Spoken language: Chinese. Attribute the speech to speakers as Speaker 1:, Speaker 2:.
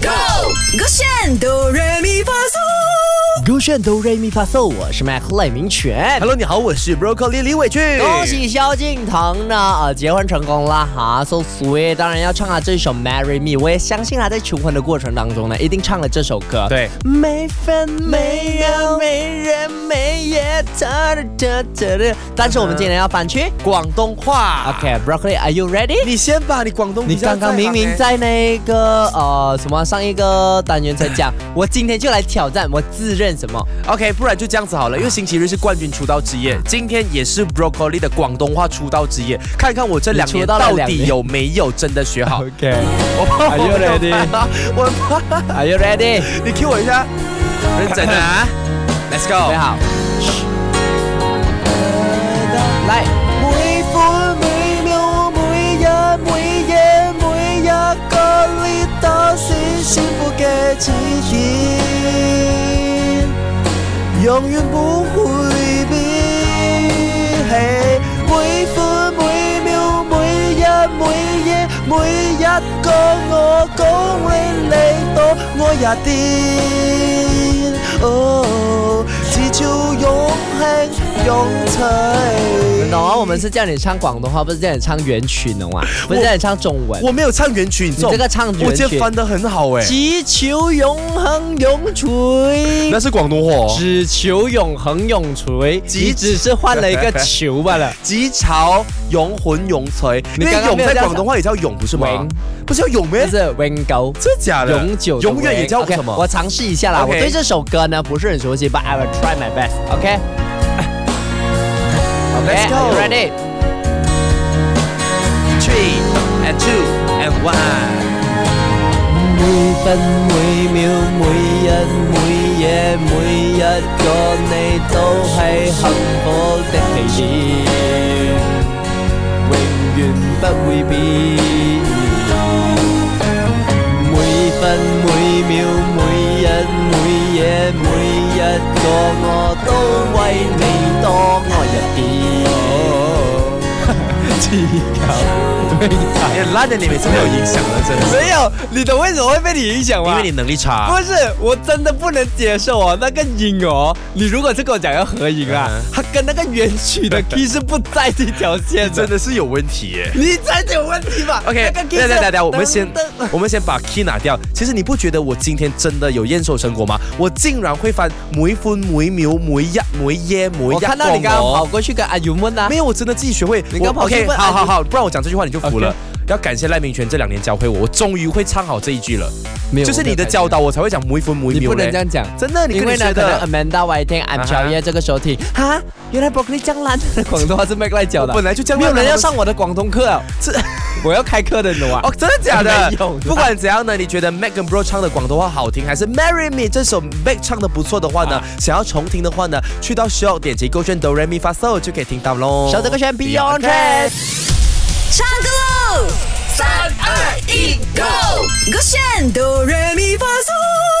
Speaker 1: Go，勾选哆来咪发嗦。
Speaker 2: 勾选哆瑞咪发嗦，我是麦克赖明全。
Speaker 3: Hello，你好，我是 Broccoli 李伟俊。
Speaker 2: 恭喜萧敬腾呢，呃，结婚成功啦哈，so sweet，当然要唱他这首《Marry Me》，我也相信他在求婚的过程当中呢，一定唱了这首歌。
Speaker 3: 对
Speaker 2: 没分没秒，没人没夜，哒哒哒哒哒。但是我
Speaker 1: 嗯
Speaker 2: 们今天要反去
Speaker 3: 广东话
Speaker 2: OK，Broccoli，Are、you ready？
Speaker 3: 你先吧，你广东
Speaker 2: 你
Speaker 3: 比较
Speaker 2: 刚刚
Speaker 3: 在
Speaker 2: 明
Speaker 3: 行
Speaker 2: 明
Speaker 3: 欸
Speaker 2: 在那个呃什么上一个单元才讲，我今天就来挑战，我自认什么？
Speaker 3: OK，不然就这样子好了，因为星期日是冠军出道之夜，今天也是 Broccoli 的广东话出道之夜，看看我这两
Speaker 2: 你
Speaker 3: 年
Speaker 2: 出道了
Speaker 3: 到
Speaker 2: 两
Speaker 3: 底
Speaker 2: 年
Speaker 3: 有没有真的学 好。
Speaker 2: OK，Are
Speaker 3: 我怕
Speaker 2: Are you
Speaker 3: 我没有
Speaker 2: ready？
Speaker 3: 办法 我怕
Speaker 2: you ready？
Speaker 3: 你 Q 我一下，认真的 啊，Let's
Speaker 2: 准备
Speaker 3: go。
Speaker 2: 好，来。每分每秒，每日每夜，每一個你都是幸福嘅指引。永远不会变。嘿每分每秒，每日每夜，每一个我講你嚟到我也癲。哦，
Speaker 3: Oh,
Speaker 2: 只求永恆永存。懂啊？我们是叫你唱广东话，不是叫你唱原曲，懂吗？不是叫你唱中文。
Speaker 3: 我没有唱原曲，你知道
Speaker 2: 你这个唱原曲
Speaker 3: 我今天翻得很好哎，
Speaker 2: 只求永恒永垂
Speaker 3: 那是广东话哦。
Speaker 2: 只求永恒永垂，
Speaker 3: 只
Speaker 2: 你只是换了一个球罢 了。
Speaker 3: 极潮永魂永垂，
Speaker 2: 你
Speaker 3: 因为
Speaker 2: 刚刚
Speaker 3: 永
Speaker 2: 没有
Speaker 3: 在
Speaker 2: 这样
Speaker 3: 广东话也叫永，不是吗
Speaker 2: 永？
Speaker 3: 不是叫永咩
Speaker 2: 这？是 Win Go。
Speaker 3: 真的假的？
Speaker 2: 永久的
Speaker 3: 呃永远也叫
Speaker 2: Wing
Speaker 3: 什
Speaker 2: OK，我
Speaker 3: 么？
Speaker 2: 尝试一下啦。我
Speaker 3: OK
Speaker 2: 对这首歌呢不是很熟悉，but I will try my best。OK。
Speaker 3: Let's
Speaker 2: OK。
Speaker 3: go
Speaker 2: Ready？
Speaker 3: Three and two and one。
Speaker 2: 每分每秒，每日每夜，每一個你都係幸福的起點，永遠不會變。每分每秒，每日每夜，每一個我都為你多愛一點。
Speaker 3: 你哎烂的你每次都有影响了，真的是。
Speaker 2: 没有，你懂为什么会被你影响
Speaker 3: 因为你能力差
Speaker 2: 不，是，我真的不能接受哦，那个音哦，你如果是跟我讲要合音啊
Speaker 3: 嗯，
Speaker 2: 它跟那个原曲 的 key 是不在一条线的
Speaker 3: 真。的是有问题 耶。
Speaker 2: 你才有问题吧
Speaker 3: OK，
Speaker 2: 那个 key 是
Speaker 3: 等等等等，我们先
Speaker 2: 噔噔
Speaker 3: 我们先把 key 拿掉。其实你不觉得我今天真的有验收成果吗？我竟然会翻每分每秒每日每夜每一
Speaker 2: 我看到你
Speaker 3: 光
Speaker 2: 刚刚跑
Speaker 3: 哦
Speaker 2: 过去跟阿云问啊
Speaker 3: 没，有，我真的自己学会。
Speaker 2: 你
Speaker 3: 我
Speaker 2: 刚跑去
Speaker 3: OK，
Speaker 2: 问
Speaker 3: 好好
Speaker 2: Ivy
Speaker 3: 好，不然我讲这句话你就服了。要感谢赖明权这两年教会我，我终于会唱好这一句了。
Speaker 2: 没
Speaker 3: 就是你的教，导，我才会讲每分每
Speaker 2: 我没有
Speaker 3: 秒
Speaker 2: 你不能
Speaker 3: 嘞
Speaker 2: 这样讲。
Speaker 3: 真的，你
Speaker 2: 因
Speaker 3: 跟
Speaker 2: 为
Speaker 3: 你
Speaker 2: 呢，
Speaker 3: 学
Speaker 2: 可能
Speaker 3: 的。呃
Speaker 2: Amanda 外听 I'm
Speaker 3: 啊哈
Speaker 2: Chow 这个时候听，哈，原来 Broccoli 江南 广东话是麦克来教的，
Speaker 3: 本来就这样
Speaker 2: 没
Speaker 3: 烂
Speaker 2: 有
Speaker 3: 啊
Speaker 2: 人要
Speaker 3: 他们
Speaker 2: 上我的广东课啊，
Speaker 3: 这
Speaker 2: 我要开课的，你懂吗？
Speaker 3: 哦，真的假的
Speaker 2: 没有啦？
Speaker 3: 不管怎样呢，你觉得 Mac 跟 Bro 唱的广东话好听，还是 Marry Me 这首 Mac 唱的不错的话呢？
Speaker 2: 啊
Speaker 3: 想要重听的话呢，去到 Show 点击勾选哆来咪发嗦就可以听到喽。
Speaker 2: 小这个选 Beyond Trend。
Speaker 1: 唱歌喽！三二一，Go，勾选哆来咪发嗦。